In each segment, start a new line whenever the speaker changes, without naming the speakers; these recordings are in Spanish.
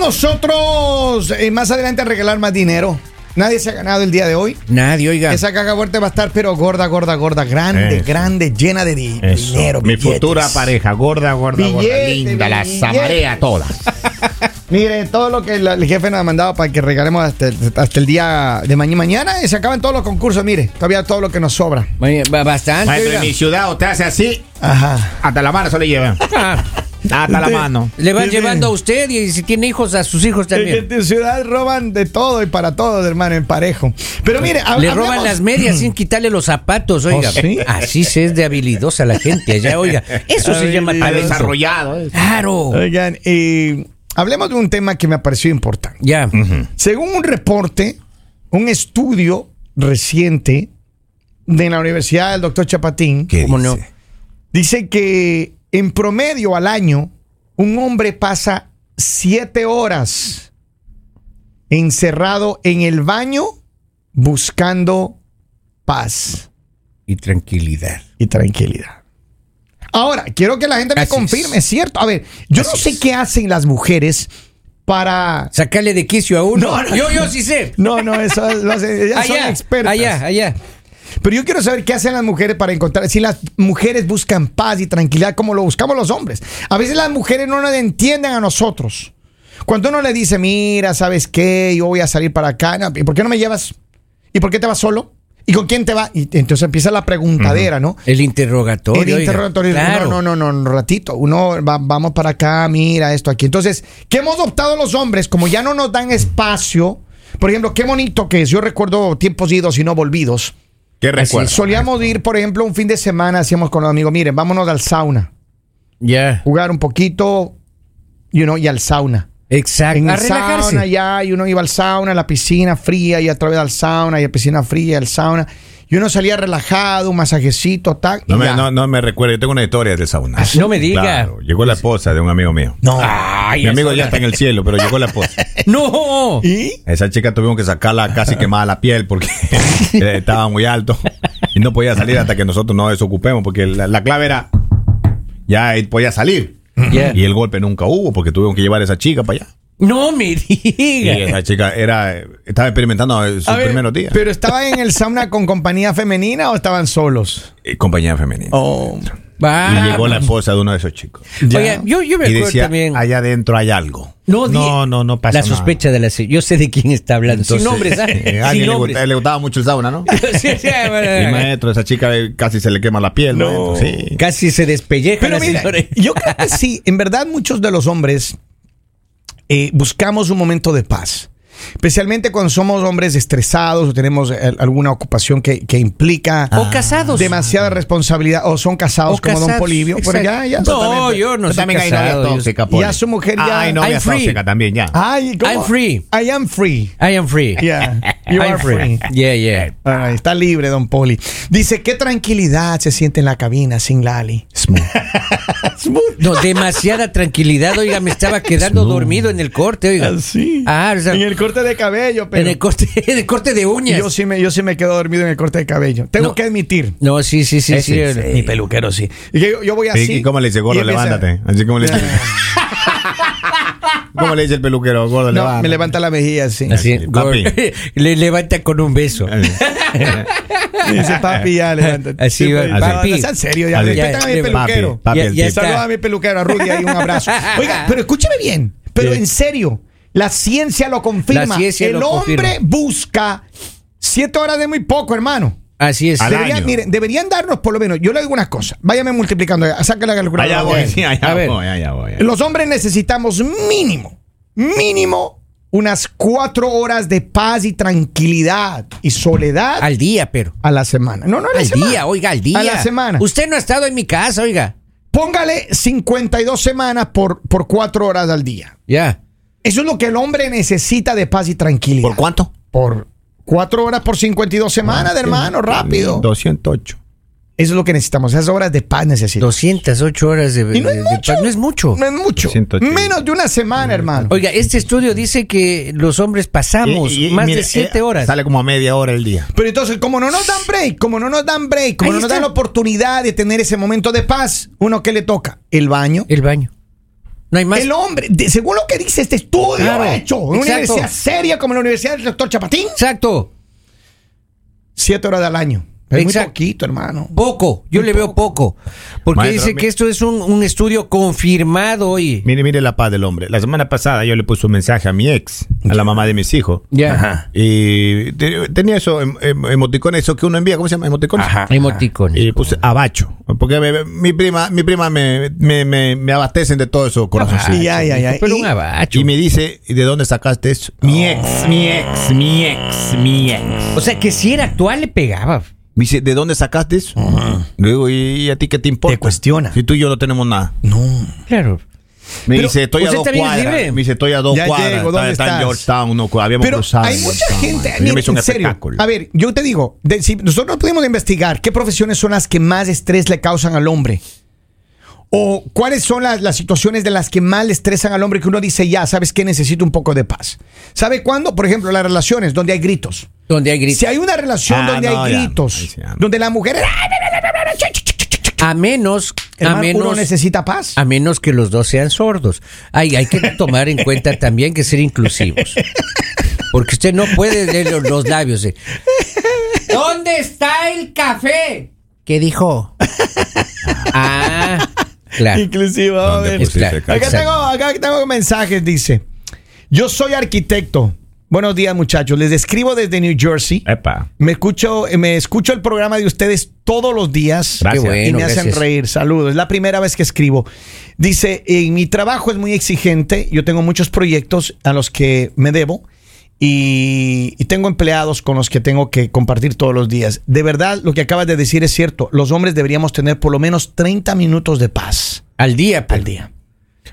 nosotros eh, más adelante a regalar más dinero. Nadie se ha ganado el día de hoy.
Nadie, oiga.
Esa caja fuerte va a estar, pero gorda, gorda, gorda, grande,
Ah. Eso.
grande, llena de di-
Eso.
dinero.
Mi
billetes.
futura pareja, gorda, gorda, gorda,
Billetes,
linda, la
billetes.
zamarea todas.
Mire, todo lo que la- el jefe nos ha mandado para que regalemos hasta, el- hasta el día de mañana. Mañana eh, se acaban todos los concursos, mire. Todavía todo lo que nos sobra.
Bueno, ba- Bastante.
Maestro, en
oiga.
mi ciudad usted hace así,
Ajá.
hasta la mano se le lleva.
Ah,
Hasta la mano.
le van
Tiene-
llevando a usted y si tiene hijos, a sus hijos
En
también.
tu ciudad roban de todo y para todo, hermano, en parejo. Pero mire, hab-
Le
hablemos- Mm. Oh,
roban las medias sin quitarle los zapatos, oiga.
¿sí?
Así se es de habilidosa la gente allá, oiga. Eso se llama
Ha
talento.
desarrollado. eh.
Claro.
Oigan, eh, hablemos de un tema que me ha parecido importante.
Ya.
Según un reporte, un estudio reciente de la Universidad del Doctor Chapatín,
¿Cómo no?
dice que en promedio al año, un hombre pasa siete horas encerrado en el baño buscando paz
Y tranquilidad.
y tranquilidad. Ahora, quiero que la gente me
Así es.
confirme, ¿es cierto? A ver, yo no
Así
sé
es.
qué hacen las mujeres para...
Sacarle de quicio a uno.
No, no.
Yo, yo sí sé.
No, no, eso lo hacen, ellas son
Allá,
expertas.
allá, allá.
Pero yo quiero saber qué hacen las mujeres para encontrar. Si las mujeres buscan paz y tranquilidad como lo buscamos los hombres. A veces las mujeres no nos entienden a nosotros. Cuando uno le dice, mira, ¿sabes qué? Yo voy a salir para acá. No, ¿Y por qué no me llevas? ¿Y por qué te vas solo? ¿Y con quién te vas? Y entonces empieza la preguntadera, ¿no?
El interrogatorio.
El
oiga.
interrogatorio.
Claro.
No, no, no, no, un ratito. Uno, va- vamos para acá, mira esto aquí. Entonces, ¿qué hemos optado los hombres? Como ya no nos dan espacio. Por ejemplo, qué bonito que es. Yo recuerdo tiempos idos y no volvidos.
Qué
Así
recuerdo.
Solíamos ir, por ejemplo, un fin de semana, hacíamos con los amigos, miren, vámonos al sauna,
Ya.
jugar un poquito, you know, y al sauna.
Exacto.
En
A
el
relajarse.
sauna ya, y uno iba al sauna, a la piscina fría, y a través al sauna, y a piscina fría, al sauna. Y uno salía relajado, un masajecito, tal. y
No me,
ya.
no, no me recuerdo, yo tengo una historia del sauna.
No me diga.
Claro, llegó la esposa de un amigo mío.
No.
Ay,
Mi amigo
eso-
ya está en el cielo, pero llegó la esposa.
No.
¿Y?
A Esa chica tuvimos que sacarla casi quemada la piel porque eh, estaba muy alto y no podía salir hasta que nosotros nos desocupemos porque la, la clave era ya ahí podía salir.
Ya.
Y el golpe nunca hubo porque tuvimos que llevar a esa chica para allá.
No me
Y
diga.
esa chica era eh, estaba experimentando eh, sus
A ver,
primeros días.
¿Pero estaban en el sauna con compañía femenina o estaban solos?
Eh, compañía femenina.
Oh. Va.
Y llegó la esposa de uno de esos chicos.
Oiga, Ah. yo, yo me
Y
acuerdo
decía,
también.
allá adentro hay algo.
No, di-
no, no, no pasa
La
nada.
sospecha de la se- Yo sé de quién está hablando.
Entonces,
Sin nombres, ¿sabes? Sin
eh, a alguien le,
nombres.
gusta- le gustaba mucho el sauna, ¿no?
Sí, sí,
Y
bueno,
maestro, esa chica eh, casi se le quema la piel. maestro, sí.
Casi se despelleja
Pero
la
mira,
señora.
yo creo que sí, en verdad muchos de los hombres eh, buscamos un momento de paz. Especialmente cuando somos hombres estresados o tenemos eh, alguna ocupación que, que implica Ah.
O casados. Ah.
demasiada responsabilidad o son casados
O
como Don
casados,
Polivio. Pero
exacto.
ya, ya.
No,
totalmente.
yo no
Pero
soy
también hay
casado.
novia
yo-
tóxica,
Y ya
Poli.
su mujer ya- Ah.
Ah, Hay novia
I'm free.
tóxica también, ya.
Ay, ¿cómo?
I'm free.
I am free.
I am free.
Yeah, you
I'm
are free.
Yeah,
Eh.
yeah.
Ay, está libre, don Poli. Dice, qué tranquilidad se siente en la cabina sin Lali.
No, demasiada tranquilidad. Oiga, me estaba quedando dormido en el corte, oiga.
Así.
Ah, o sea,
en el corte de cabello, pero.
en el corte, en el corte de uñas.
Yo sí, me, yo sí me quedo dormido en el corte de cabello. Tengo
No.
que admitir.
No, sí, sí, sí, sí.
Ese, eh,
el-
sí.
peluquero sí. Y que yo, yo voy
Vicky,
así.
¿Cómo le dice, gordo,
y empieza-
levántate? Así como le dice. ¿Cómo le dice el peluquero, gordo,
No,
levántate?
me levanta la mejilla así.
Así,
Así, papi. Eh,
le levanta con un beso.
Y Dice, papi, ya, levántate.
Así
Sí,
va,
pues,
papi.
no, no sean serios, ya.
Así.
Respetan a mi
Ya,
peluquero.
Papi,
Ya-
el
ya
tipo.
está.
Saluda a mi peluquero, a Rudy, ahí un abrazo. Oiga, pero escúcheme bien. Pero en serio, la ciencia lo confirma.
La ciencia
el
lo
hombre
confirma.
busca siete horas de muy poco, hermano.
Así es.
Al
Deberían-
año.
miren, deberían darnos por lo menos. Yo le digo unas cosas. Váyame multiplicando. Saca la calculadora.
Allá voy, sí, allá
A ver.
voy, allá voy.
Los hombres necesitamos mínimo, mínimo, unas cuatro horas de paz y tranquilidad y soledad
Al día, pero.
a la semana. No, no, a la
Al
semana.
día, oiga, al día.
A la semana.
Usted no ha estado en mi casa, oiga.
Póngale 52 semanas por, por cuatro horas al día.
Ya.
Eso es lo que el hombre necesita de paz y tranquilidad.
¿Por cuánto?
Por cuatro horas por 52 semanas, de hermano, rápido. Eso
208.
es lo que necesitamos. Esas horas de paz necesitamos.
208 horas de,
Y no es
de- de
mucho.
paz. No es mucho.
No es mucho.
180.
Menos de una semana, hermano.
Oiga, este estudio dice que los hombres pasamos
Y- y- y
más
mira,
de 7
eh,
horas.
Sale como a media hora el día.
Pero entonces, como no nos dan break, como no nos dan break, como
Ahí
no nos
está.
dan la oportunidad de tener ese momento de paz, uno que le toca el baño,
El baño. No hay más.
El hombre, de- según lo que dice este estudio
Claro,
hecho, en una
exacto.
universidad seria como la Universidad del Doctor Chapatín,
Exacto.
siete horas al año. Es
Exacto.
muy poquito, hermano.
Poco. Yo le veo poco. Porque
Maestro,
dice
mi-
que esto es un, un estudio confirmado y.
Mire, mire la paz del hombre. La semana pasada yo le puse un mensaje a mi ex, a la mamá de mis hijos.
Ya.
Ajá.
Y te- tenía esos em- em- emoticones, esos que uno envía, ¿cómo se llama? Emoticones.
Ajá.
Emoticones.
Y le puse abacho. Porque me- mi prima, mi prima me, me, me- me abastecen de todo eso corazoncito.
Y ya, ya, ya.
Pues, Pero
Y-
un abacho.
Y me dice, ¿y de dónde sacaste eso? Mi ex, mi ex, mi ex, mi ex.
O sea que si era actual le pegaba.
Me dice, ¿de dónde sacaste eso? Le digo, ¿y a ti qué te importa?
Te cuestiona.
Si tú y yo no tenemos nada.
Claro.
Me
Pero,
dice, estoy a
¿usted
dos
también es
cuadras.
libre?
Me dice, estoy a dos
Ya
cuadras.
llego,
está,
¿dónde
está en
estás?
Georgetown, no, habíamos
Pero
cruzado.
hay mucha
Georgetown,
gente.
man. Yo me
mire,
hice un
en serio.
espectáculo.
A ver, yo te digo, de- si nosotros pudimos investigar qué profesiones son las que más estrés le causan al hombre. O cuáles son las, las situaciones de las que más le estresan al hombre que uno dice, ya, ¿sabes qué? Necesito un poco de paz. ¿Sabe cuándo? Por ejemplo, las relaciones donde hay gritos.
Donde hay gritos.
Si hay una relación
Ah,
donde
no,
hay
ya.
gritos,
Ahí sí, ya.
donde la mujer... ¡ah!
A menos.
Hermano,
a menos.
uno necesita paz.
A menos que los dos sean sordos. Ay, hay que tomar en cuenta también que ser inclusivos. Porque usted no puede leer los, los labios. eh. ¿Dónde está el café? ¿Qué dijo? Ah, claro.
Inclusive, a
¿Dónde
ver.
Es
pusiste
claro.
el
Acá
calzón?
tengo, acá tengo mensajes, dice. Yo soy arquitecto. Buenos días, muchachos. Les escribo desde New Jersey.
Epa.
Me escucho, eh, me escucho el programa de ustedes todos los días.
Gracias.
Qué bueno,
y me hacen
gracias.
reír. Saludos. Es la primera vez que escribo. Dice, eh, mi trabajo es muy exigente. Yo tengo muchos proyectos a los que me debo. Y, y tengo empleados con los que tengo que compartir todos los días. De verdad, lo que acabas de decir es cierto. Los hombres deberíamos tener por lo menos 30 minutos de paz
Al día, pues.
al día.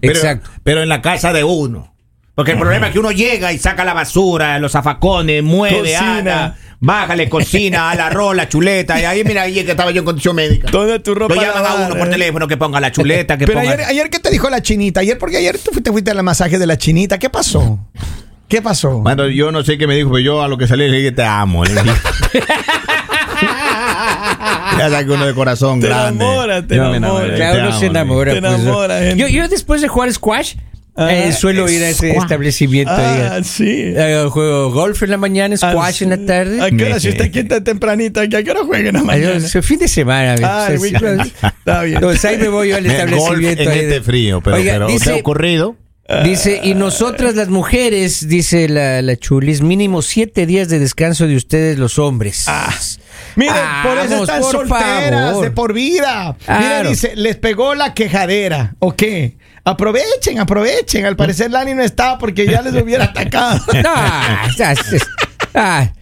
Pero,
Exacto.
Pero en la casa de uno.
Porque el problema es que uno llega y saca la basura, los zafacones, mueve,
Cocina.
ala, bájale, cocina, ala, rola, chuleta. Y ahí, mira, ahí es que estaba yo en condición médica.
Toda tu ropa
Lo llaman a
lavada,
uno por
eh.
teléfono que ponga la chuleta, que
Pero
ponga.
ayer, ayer, ¿qué te dijo la chinita? Ayer, porque ayer tú fuiste, fuiste al masaje de la chinita. ¿Qué pasó? ¿Qué pasó?
Bueno, yo no sé qué me dijo, pero yo a lo que salí le dije, te amo. Le dije. ya saqué uno de corazón
Te
grande.
enamora, te
Yo
enamora.
me enamoré, te
Claro, uno
amo,
se
le dije.
enamora.
Te
pues.
enamora, gente.
yo, yo después de jugar squash, eh,
Ah,
suelo ir a ese
squash.
establecimiento.
Ah, sí. Ah,
diga. Eh, juego golf en la mañana, squash en la tarde.
¿A qué hora? Si usted quita tempranito, ¿a qué hora juega en la
Ay,
mañana?
Es el fin de semana.
Ah, el
amigo. O sea,
weekend.
sí.
Está bien.
Entonces ahí me voy yo al
Me- Golf en
establecimiento. ahí de-
este frío, pero,
Oiga,
pero ¿te ha
dice,
ocurrido?
dice, y nosotras las mujeres, dice la, la Chulis, mínimo siete días de descanso de ustedes los hombres.
Ah, Miren, por eso
Ah, Vamos,
están
por
solteras
favor.
de por vida. Miren,
Claro.
dice, les pegó la quejadera. ¿O qué? Aprovechen, aprovechen. Al parecer Lani no está porque ya les hubiera atacado.
No, ya, ya, ah,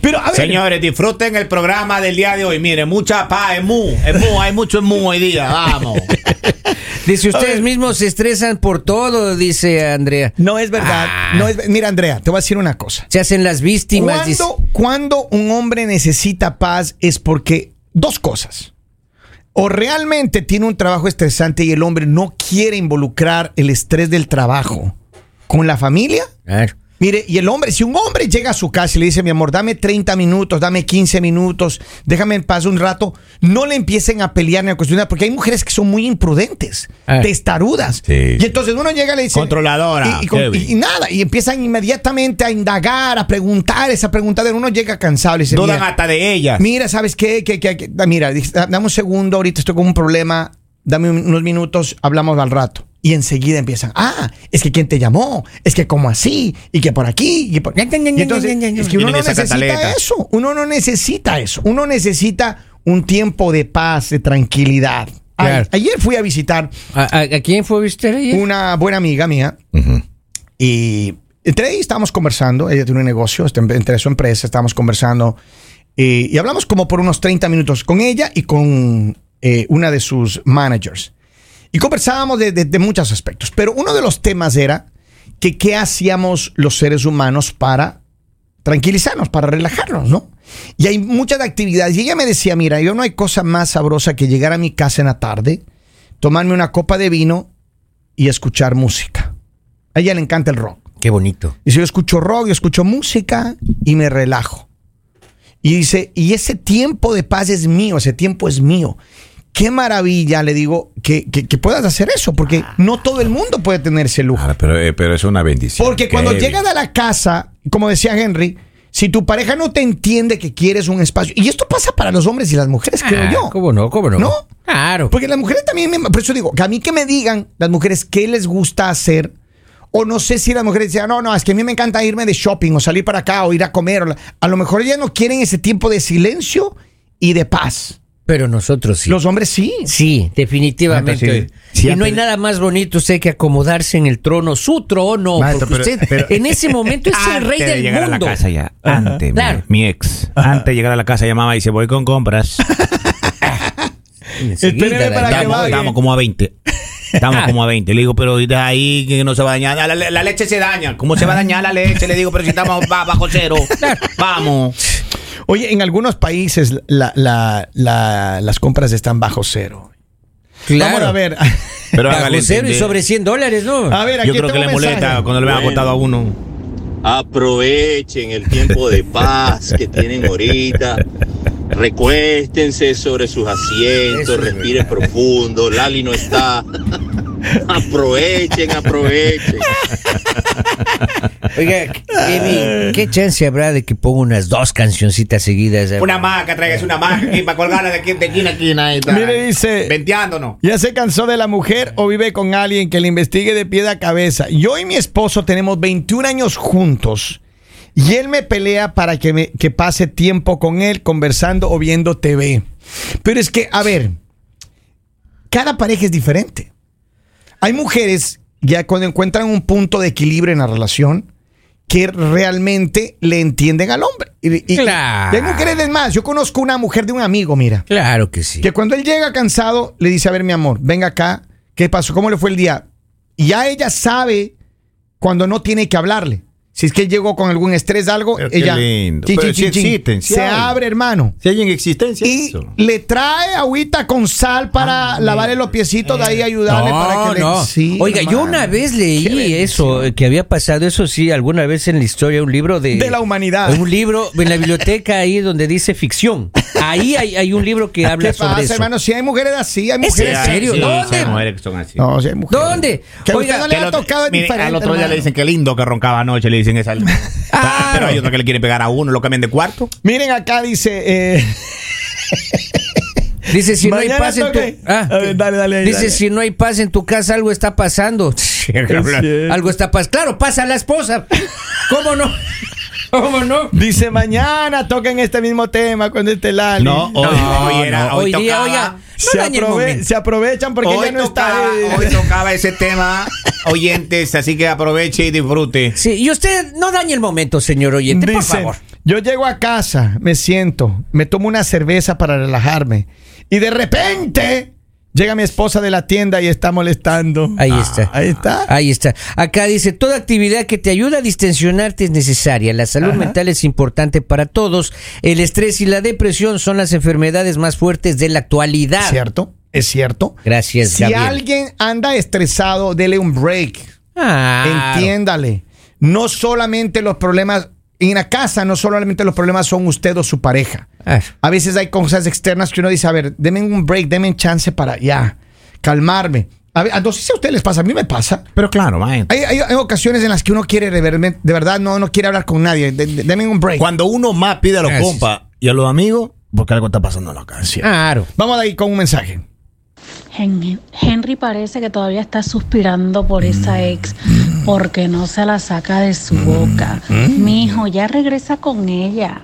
Pero a ver,
Señores, disfruten el programa del día de hoy. Mire, mucha paz, emu, emu, hay mucho emu hoy día. Vamos.
dice, ustedes mismos se estresan por todo, dice Andrea.
no es verdad.
Ah.
No es, mira, Andrea, te voy a decir una cosa.
Se hacen las víctimas. dice.
Cuando, cuando un hombre necesita paz es porque dos cosas. O realmente tiene un trabajo estresante y el hombre no quiere involucrar el estrés del trabajo con la familia.
Claro.
Mire, y el hombre, si un hombre llega a su casa y le dice, mi amor, dame 30 minutos, dame 15 minutos, déjame en paz un rato, no le empiecen a pelear ni a cuestionar, porque hay mujeres que son muy imprudentes,
Ah.
testarudas.
Sí.
Y entonces uno llega y le dice...
Eh. Controladora,
Y, y con-
Kevin.
y- y nada, y empiezan inmediatamente a indagar, a preguntar, esa pregunta de uno llega cansado y le dice,
Dudan
"Mira,
hasta de ellas.
Mira, ¿sabes qué? Que, que- que- da- mira, dij- da- dame un segundo, ahorita estoy con un problema, dame un- unos minutos, hablamos al rato. Y enseguida empiezan, ah, es que quién te llamó, es que como así, y que por aquí, y por...
Ya, ya, ya,
Y entonces,
ya, ya, ya.
es que uno no
Tienen esa
necesita
cantaleta.
eso, uno no necesita eso, uno necesita un tiempo de paz, de tranquilidad. Ay,
Claro.
ayer fui a visitar
¿A, a, a quién fue usted ayer?
una buena amiga mía y entre ahí estábamos conversando, ella tiene un negocio, este, entre su empresa estábamos conversando eh, y hablamos como por unos 30 minutos con ella y con eh, una de sus managers. Y conversábamos de, de- de muchos aspectos, pero uno de los temas era que qué hacíamos los seres humanos para tranquilizarnos, para relajarnos, ¿no? Y hay muchas actividades. Y ella me decía, mira, yo no hay cosa más sabrosa que llegar a mi casa en la tarde, tomarme una copa de vino y escuchar música. A ella le encanta el rock.
Qué bonito.
Dice, yo escucho rock, yo escucho música y me relajo. Y dice, y ese tiempo de paz es mío, ese tiempo es mío. qué maravilla, le digo, que, que- que puedas hacer eso, porque no todo el mundo puede tener ese lujo.
Claro, Ah. pero, eh, pero es una bendición.
Porque cuando
Kevin.
llegas a la casa, como decía Henry, si tu pareja no te entiende que quieres un espacio, y esto pasa para los hombres y las mujeres, creo
Ah,
yo.
¿Cómo no? ¿Cómo no?
¿No?
Claro.
Porque las mujeres también, me- por eso digo, que a mí que me digan las mujeres qué les gusta hacer, o no sé si las mujeres decían, no, no, es que a mí me encanta irme de shopping o salir para acá o ir a comer, o la- a lo mejor ellas no quieren ese tiempo de silencio y de paz.
Pero nosotros sí.
Los hombres sí.
Sí, definitivamente.
Maestro, sí. Sí,
y no hay
antes-
nada más bonito usted que acomodarse en el trono, su trono,
Maestro,
porque
pero-
usted
pero-
en ese momento es el rey
Antes de
del
llegar
mundo.
a la casa ya. Antes, mi-
Claro.
mi, ex. Antes de llegar a la casa llamaba y dice, voy con compras.
Enseguida
Espéreme
la
para que
llamo.
vaya. Ah.
Estamos, estamos como a 20. Estamos como a 20. Le digo, pero de ahí que no se va a dañar. La, la- la leche se daña. ¿Cómo se va a dañar la leche? Le digo, pero si estamos ba- bajo cero. Vamos.
Oye, en algunos países la- la- la- las compras están bajo cero.
Claro.
Vamos a ver. Ah.
Pero
Bajo
hágale
cero y
entender.
sobre 100 dólares, ¿no?
A ver, aquí
Yo creo
tengo
que
un
le
mensaje.
molesta cuando le ven
Bueno.
acotado a uno.
Aprovechen el tiempo de paz que tienen ahorita. Recuéstense sobre sus asientos, respiren profundo. Lali no está. Aprovechen, aprovechen.
Oiga, Kevin, ¿qué chance habrá de que ponga unas dos cancioncitas seguidas?
Una maca, traigas una maca aquí para colgarla de aquí de esquina a esquina. ahí está.
Mire, dice-
Venteándonos.
¿Ya se cansó de la mujer o vive con alguien que le investigue de pie a cabeza? Yo y mi esposo tenemos 21 años juntos y él me pelea para que, me- que pase tiempo con él conversando o viendo TV. Pero es que, a ver, cada pareja es diferente. Hay mujeres ya cuando encuentran un punto de equilibrio en la relación que realmente le entienden al hombre. Y, y-
Claro.
y hay mujeres, es más, yo conozco una mujer de un amigo, mira.
Claro que sí.
Que cuando él llega cansado, le dice, a ver, mi amor, venga acá, ¿qué pasó? ¿Cómo le fue el día? Y ya ella sabe cuando no tiene que hablarle. Si es que él llegó con algún estrés, algo,
Pero qué
ella
lindo.
chin,
Pero
chin,
sí
chin, chin,
existen, sí
se
hay.
abre, hermano.
Si hay en existencia
Y
eso. Ah,
le trae agüita con sal para lavarle los piecitos de ahí,
Eh.
ayudarle para que le... Sí,
Oiga, yo
hermano.
una vez
Qué
leí
bendición.
eso, eh, que había pasado eso, sí, alguna vez en la historia, un libro de...
De la humanidad.
Un libro en la biblioteca ahí donde dice ficción. Ahí hay, hay un libro que habla
¿Qué
sobre
pasa,
eso.
hermano? Si hay mujeres así, hay
¿Es en
mujeres...
serio?
así.
¿Dónde?
son mujeres que son así.
No, sí hay mujeres.
¿Dónde?
Que a
Oiga,
usted no le
El
ha
otro-
tocado es
mire,
diferente,
al otro día
hermano.
le dicen qué lindo que roncaba anoche, le dicen esa.
Claro.
Pero hay otro que le quiere pegar a uno, lo cambian de cuarto.
Miren acá, dice... eh,
Dice, si no hay
Mañana
paz en tu... Ah.
toque. A ver, dale, dale,
Dice,
dale.
si no hay paz en tu casa, algo está pasando. algo está pasando. Claro, pasa la esposa. ¿Cómo no? ¿Cómo no?
Dice, mañana toquen este mismo tema con este Lali.
No, hoy, hoy era,
No,
hoy,
hoy día,
tocaba.
oiga, no
se,
dañe el
aprove-
momento.
se aprovechan porque
hoy,
ya no
tocaba,
está.
hoy tocaba ese tema, oyentes, así que aproveche y disfrute.
Sí, y usted no dañe el momento, señor oyente, por
Dice,
favor.
yo llego a casa, me siento, me tomo una cerveza para relajarme y de repente llega mi esposa de la tienda y está molestando. Ah,
Ahí está. Ah.
Ahí está.
Ahí está. Acá dice, toda actividad que te ayuda a distensionarte es necesaria. La salud mental es importante para todos. El estrés y la depresión son las enfermedades más fuertes de la actualidad.
¿Cierto? ¿Es cierto?
Gracias,
Si
Gabriel.
alguien anda estresado, dele un break.
Claro.
Entiéndale. No solamente los problemas en la casa, no solamente los problemas son usted o su pareja.
Ah.
A veces hay cosas externas que uno dice, a ver, denme un break, denme un chance para ya calmarme. A ver, no sé si a ustedes les pasa, a mí me pasa.
Pero claro, maestro.
Hay, hay- hay ocasiones en las que uno quiere, de verme- de verdad, no, no quiere hablar con nadie. De- de- denme un break.
Cuando uno más pide a los
Gracias.
compas y a los amigos, porque algo está pasando en la casa.
Claro.
Vamos ahí con un mensaje.
Hen- Henry parece que todavía está suspirando por esa ex porque no se la saca de su boca. Mi hijo ya regresa con ella.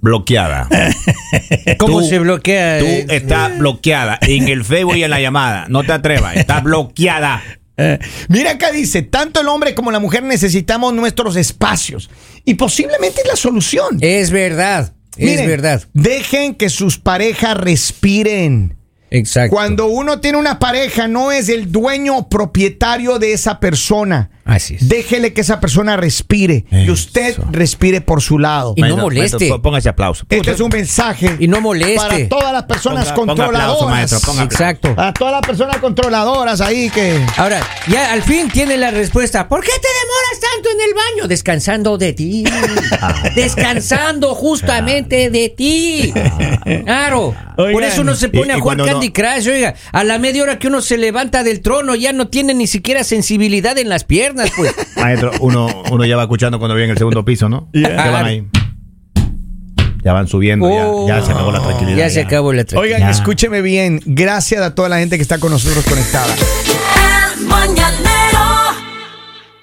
Bloqueada.
Eh,
¿Cómo
Tú-
se bloquea?
Tú
eh?
estás bloqueada en el Facebook y en la llamada. No te atrevas, estás bloqueada.
Eh, mira acá dice, tanto el hombre como la mujer necesitamos nuestros espacios. Y posiblemente es la solución.
Es verdad. es
Miren,
verdad.
Dejen que sus parejas respiren.
Exacto.
Cuando uno tiene una pareja, no es el dueño o propietario de esa persona.
Así es.
Déjele que esa persona respire y
Eso.
usted respire por su lado.
Y no moleste.
po- póngase aplauso.
Este es un mensaje
Y no moleste.
para todas las personas
Ponga- ponga
controladoras.
aplauso, maestro, ponga aplauso.
Exacto.
Para todas las personas controladoras ahí que.
Ahora, ya al fin tiene la respuesta. ¿Por qué te demoras tanto en el baño? Descansando de ti. Descansando justamente de ti. Claro. Por
Oigan.
eso uno se pone
Y-
a
y
jugar
cuando no-
Candy Crush, oiga. A la media hora que uno se levanta del trono ya no tiene ni siquiera sensibilidad en las piernas, pues.
Maestro, uno, uno ya va escuchando cuando viene en el segundo piso, ¿no? Ya van ahí. Ya van subiendo, ya-
Oh.
ya, se acabó la tranquilidad.
Ya se acabó la tranquilidad.
Oigan, escúcheme bien. Gracias a toda la gente que está con nosotros conectada.
El mañanero.